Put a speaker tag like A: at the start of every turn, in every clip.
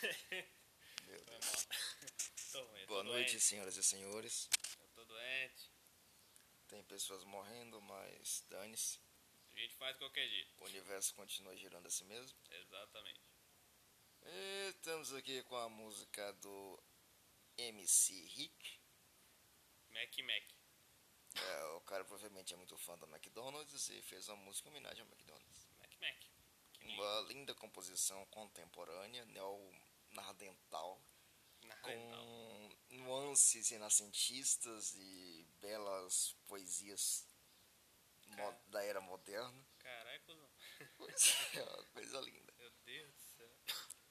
A: Meu Deus.
B: Foi mal. Tô ruim, eu tô
A: Boa noite,
B: doente,
A: senhoras e senhores.
B: Eu tô doente.
A: Tem pessoas morrendo, mas dane-se.
B: A gente faz qualquer jeito.
A: O universo continua girando assim mesmo.
B: Exatamente.
A: E estamos aqui com a música do MC Rick.
B: Mac Mac.
A: É, o cara provavelmente é muito fã da McDonald's e fez uma música em homenagem ao McDonald's.
B: Mac Mac. Que nem
A: Uma linda composição contemporânea, neo-nardental,
B: na rental.
A: com nuances renascentistas e belas poesias mo-
B: Cara.
A: da era moderna.
B: Caraca, cuzão.
A: Pois é, uma coisa linda.
B: Meu Deus do céu.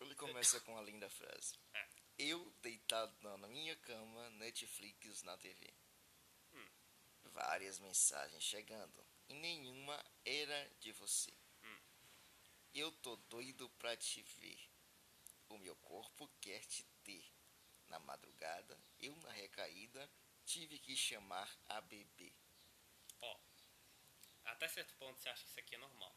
A: Ele começa com a linda frase.
B: É.
A: Eu deitado na na minha cama, Netflix na TV.
B: Hum.
A: Várias mensagens chegando. E nenhuma era de você.
B: Hum.
A: Eu tô doido pra te ver. O meu corpo quer te ter. Na madrugada, eu na recaída, tive que chamar a bebê.
B: Ó. Até certo ponto você acha que isso aqui é normal.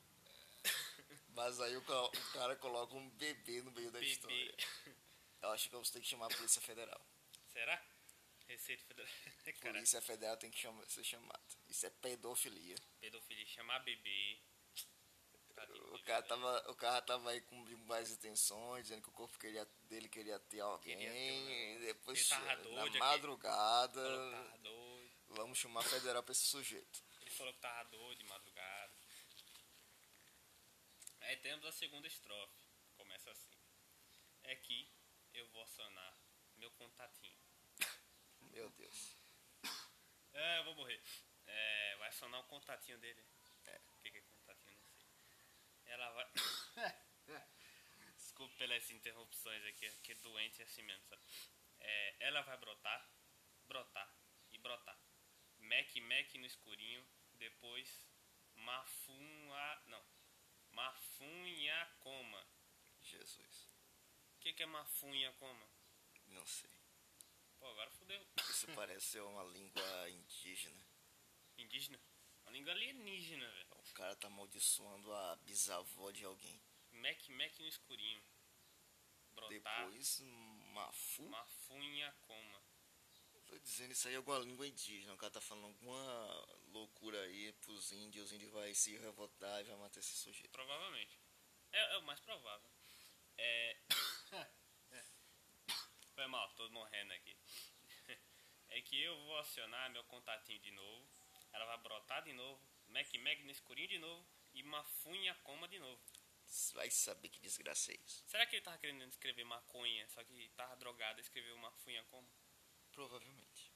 A: Mas aí o, ca- o cara coloca um bebê no meio da
B: Bebê.
A: história. Eu acho que eu vou ter que chamar a Polícia Federal.
B: Será? Receita federal. Cara,
A: Polícia é Federal tem que chama- ser chamada. Isso é pedofilia.
B: pedofilia chamar bebê. Tadinho
A: O
B: do
A: cara
B: bebê.
A: tava, o cara tava aí com mais intenções, dizendo que o corpo queria, dele queria ter alguém.
B: Queria ter um negócio.
A: e depois
B: Ele tava
A: na
B: doido aqui.
A: madrugada,
B: Falou que tava Tá doido.
A: vamos chamar a federal pra esse sujeito.
B: Ele falou que tava doido de madrugada. Aí temos a segunda estrofe. Começa assim. É que eu vou acionar meu contatinho.
A: Meu Deus.
B: Ah, eu vou morrer. É, vai acionar o contatinho dele.
A: É.
B: O que, que é contatinho? Não sei. Ela vai. Desculpa pelas interrupções aqui, que doente é assim mesmo, sabe? É, ela vai brotar, brotar e brotar. Mac Mac no escurinho, depois mafunha. Não. Mafunha coma.
A: Jesus.
B: O que, que é mafunha coma?
A: Não sei.
B: Pô, agora fodeu.
A: Isso parece ser uma língua indígena.
B: Indígena? Uma língua alienígena, velho.
A: O cara tá amaldiçoando a bisavó de alguém.
B: Mac Mac no escurinho. Brotar.
A: Depois, um? Mafu.
B: Mafunha coma.
A: Tô dizendo isso aí é alguma língua indígena. O cara tá falando alguma loucura aí pros índios, os índios vai se revoltar e vai matar esse sujeito.
B: Provavelmente. É, é o mais provável. É. Foi mal, tô morrendo aqui. É que eu vou acionar meu contatinho de novo. Ela vai brotar de novo. Mac Mac no escurinho de novo. E mafunha coma de novo.
A: Vai saber que desgraça é isso.
B: Será que ele tava querendo escrever maconha, só que tava drogado e escreveu mafunha coma?
A: Provavelmente.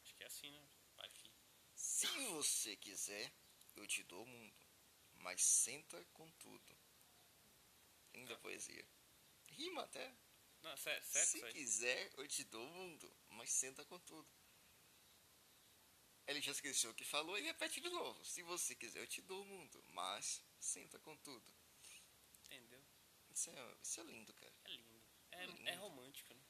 B: Acho que é assim, né? Vai que-
A: Se você quiser, eu te dou o mundo. Mas senta com tudo. Linda poesia. Rima até.
B: Não, sério, sério
A: Se
B: isso aí?
A: quiser, eu te dou o mundo. Mas senta com tudo. Ele já esqueceu o que falou e repete de novo. Se você quiser, eu te dou o mundo. Mas senta com tudo.
B: Entendeu?
A: Isso é, isso é lindo, cara.
B: É lindo. É,
A: Lindo.
B: é romântico, né?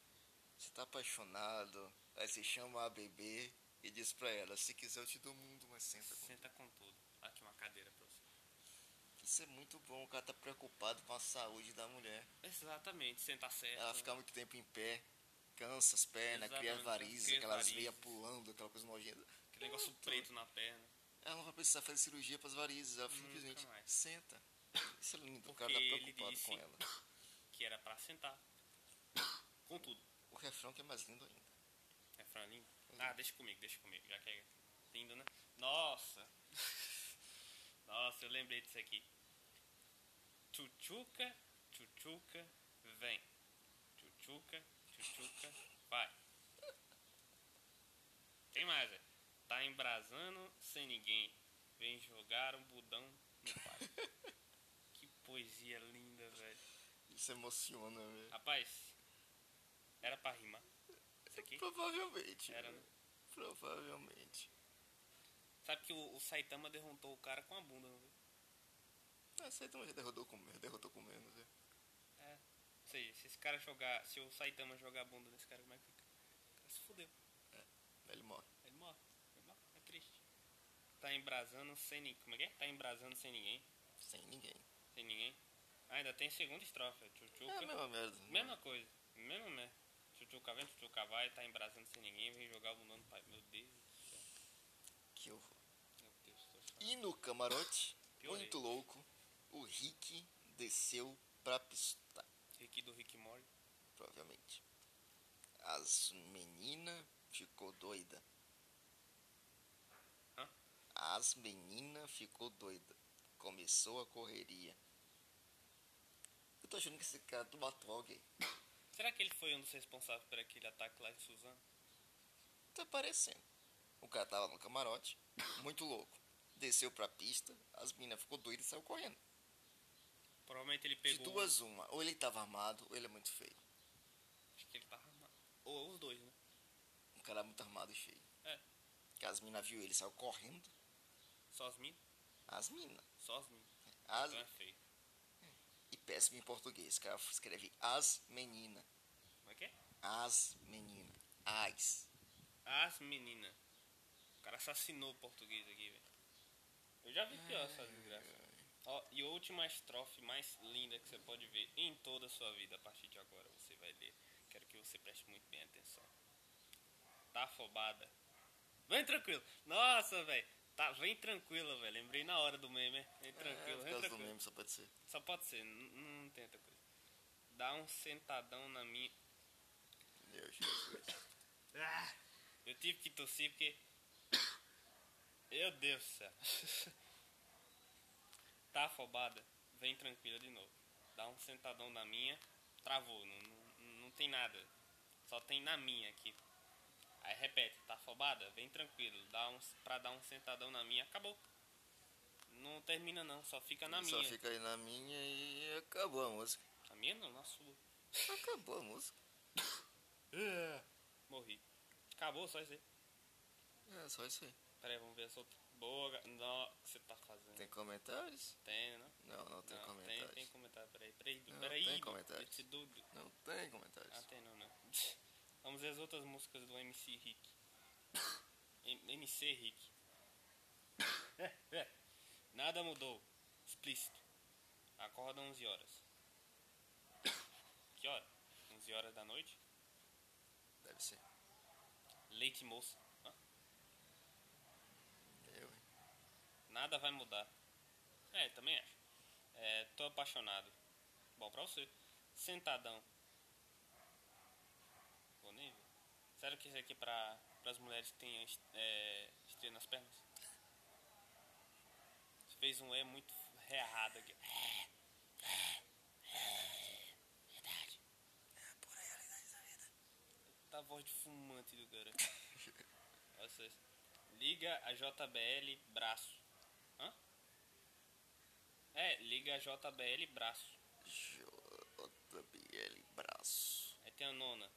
A: Você tá apaixonado, aí você chama a bebê e diz pra ela, se quiser eu te dou o mundo, mas senta com...
B: Senta com tudo. Aqui uma cadeira pra você.
A: Isso é muito bom, o cara tá preocupado com a saúde da mulher.
B: Exatamente, sentar certo.
A: Ela
B: né?
A: fica muito tempo em pé, cansa as pernas, cria
B: Exatamente,
A: varizes,
B: cria
A: aquelas
B: varizes.
A: veias pulando, aquela coisa nojenta.
B: né? Aquele negócio
A: Pronto.
B: preto na perna.
A: Ela não vai precisar fazer cirurgia pras varizes, ela simplesmente
B: mais.
A: senta. Isso é lindo, o
B: Porque
A: cara tá
B: ele
A: preocupado
B: disse-
A: com ela.
B: Que era pra sentar. Contudo.
A: O refrão que é mais lindo ainda.
B: É franlinho? Ah, deixa comigo, deixa comigo. Já que é lindo, né? Nossa! Nossa, eu lembrei disso aqui. Tchutchuca, tchutchuca, vem. Tchutchuca, tchutchuca, vai. Tem mais, é. Tá embrasando sem ninguém. Vem jogar um budão no pai. que poesia linda, velho.
A: Isso emociona,
B: Ah,
A: velho.
B: Rapaz, era pra rimar. Isso aqui?
A: Provavelmente.
B: Era,
A: velho.
B: né?
A: Provavelmente.
B: Sabe que o, o Saitama derrotou o cara com a bunda, não viu?
A: Ah, você também já derrotou com menos, derrotou com menos, né? velho.
B: É. Se, se esse cara jogar. Se o Saitama jogar a bunda nesse cara, como é que fica? O cara se fudeu.
A: Ele morre.
B: Ele morre. Ele morre. É triste. Tá embrasando sem ninguém. Como é que é? Tá embrasando sem ninguém.
A: Sem ninguém.
B: Sem ninguém. Ah, ainda tem segunda estrofe, tchutchuca.
A: É a mesma merda.
B: Mesma coisa, mesmo merda. Tchutchuca vem, tchutchuca vai, tá embrasando sem ninguém, vem jogar o mundo no pai. Meu Deus do céu.
A: Que horror.
B: Meu Deus, tô chorando.
A: E no camarote,
B: Piorei.
A: muito louco, o Rick desceu pra pista,
B: Rick do Rick Mori.
A: provavelmente. As meninas ficou doida.
B: Hã?
A: As meninas ficou doida. Começou a correria. Eu tô achando que esse cara tu matou alguém.
B: Será que ele foi um dos responsáveis por aquele ataque lá em Suzano?
A: Tá parecendo. O cara tava no camarote, muito louco. Desceu pra pista, as meninas ficou doida e saiu correndo.
B: Provavelmente ele
A: De
B: pegou.
A: duas, uma. Ou ele tava armado, ou ele é muito feio.
B: Acho que ele tava armado. Ou os dois, né?
A: Um cara muito armado e feio.
B: É.
A: Que as minas viu ele, saiu correndo.
B: Só as minas?
A: As minas.
B: Só as minas.
A: As...
B: Então é feio.
A: E péssimo em português. O cara escreve as menina.
B: Como é que é?
A: As menina. As.
B: As meninas. O cara assassinou o português aqui, velho. Eu já vi pior essa desgraça. Ó, e a última estrofe mais linda que você pode ver em toda a sua vida a partir de agora. Você vai ler. Quero que você preste muito bem atenção. Tá afobada. Vem tranquilo. Nossa, velho. Tá, vem tranquila, velho. Lembrei na hora do meme, hein? Vem
A: é,
B: tranquilo,
A: por
B: vem
A: causa do
B: tranquilo.
A: meme, só pode ser.
B: Só pode ser, n- n- não tem outra coisa. Dá um sentadão na minha.
A: Meu Jesus.
B: Eu tive que tossir porque. Meu Deus do céu. tá afobada? Vem tranquila de novo. Dá um sentadão na minha. Travou, não, não, não tem nada. Só tem na minha aqui. Aí repete, tá afobada? Vem tranquilo. Dá um, pra dar um sentadão na minha, acabou. Não termina não, só fica na
A: só
B: minha.
A: fica aí na minha e acabou a música.
B: Na minha não, na sua.
A: Acabou a música.
B: Morri. Acabou, só isso aí.
A: É só isso aí.
B: Pera aí, vamos ver as outras. Boa, ga- não, o que você tá fazendo?
A: Tem comentários?
B: Tem, né?
A: Não, não tem
B: não,
A: comentários.
B: Tem, tem comentário, peraí, peraí, Du,
A: Não,
B: peraí.
A: tem
B: Du,
A: comentário.
B: esse Dudu.
A: Não tem comentários.
B: Ah, tem não, né? Vamos ver as outras músicas do MC Rick. M- MC Rick. Nada mudou. Explícito. Acorda 11 horas. Que hora? 11 horas da noite?
A: Deve ser.
B: Leite moça. Hã?
A: Eu,
B: Nada vai mudar. É, também acho. É, tô apaixonado. Bom pra você. Sentadão. Vou nem ver. Sério que isso aqui é pra, pras mulheres que têm é, estria nas pernas? Você fez um E muito errado aqui. É, Verdade.
A: É, Por aí, realidade da vida.
B: Tá a voz de fumante do cara. Olha só isso. Liga a JBL braço. Hã? É, liga a JBL braço.
A: JBL Braço.
B: Aí tem a nona.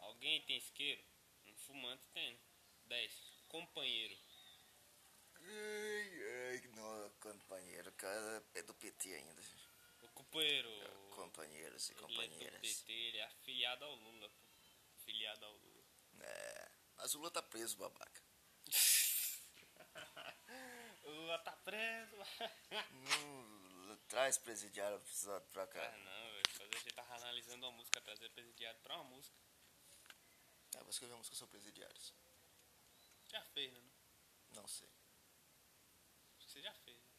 B: Alguém tem isqueiro? Um fumante tem. 10. Companheiro.
A: Ai, ai, não, companheiro. O cara é do PT ainda.
B: O companheiro.
A: É Companheiros e
B: Ele é do
A: companheiras.
B: PT, ele é afiliado ao Lula. pô. Afiliado ao Lula.
A: É. Mas o Lula tá preso, babaca.
B: o Lula tá preso.
A: Hum, traz presidiário pra- pra
B: ah,
A: cá.
B: não, velho. Fazer a gente tava tá analisando uma música, trazer presidiário pra uma música.
A: Ah, vou escrever uma música sobre presidiários.
B: Já fez, né?
A: Não sei.
B: Acho que você já fez. né?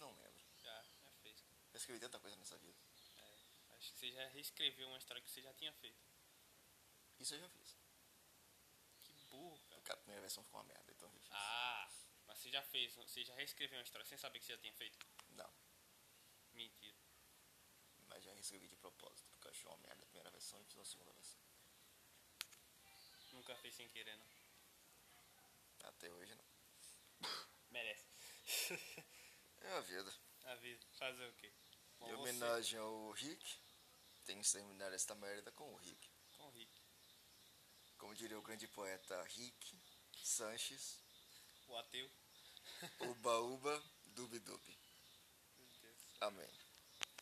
A: Não lembro.
B: Já, já fez.
A: Eu escrevi tanta coisa nessa vida.
B: É, acho que você já reescreveu uma história que você já tinha feito.
A: Isso eu já fiz.
B: Que burro, cara.
A: Porque a primeira versão ficou uma merda, então eu refiz.
B: Ah, mas você já fez, você já reescreveu uma história sem saber que você já tinha feito?
A: Não.
B: Mentira.
A: Mas já reescrevi de propósito, porque eu achei uma merda a primeira versão e fiz uma segunda versão.
B: Nunca fez sem querer, não.
A: Até hoje não.
B: Merece.
A: É a vida.
B: A vida, fazer o quê? Bom,
A: em
B: você-
A: homenagem ao Rick, tem que terminar esta merda com o Rick.
B: Com o Rick.
A: Como diria o grande poeta Rick Sanches,
B: O ateu.
A: Uba Uba Dubi Dubi.
B: Meu Deus.
A: Amém.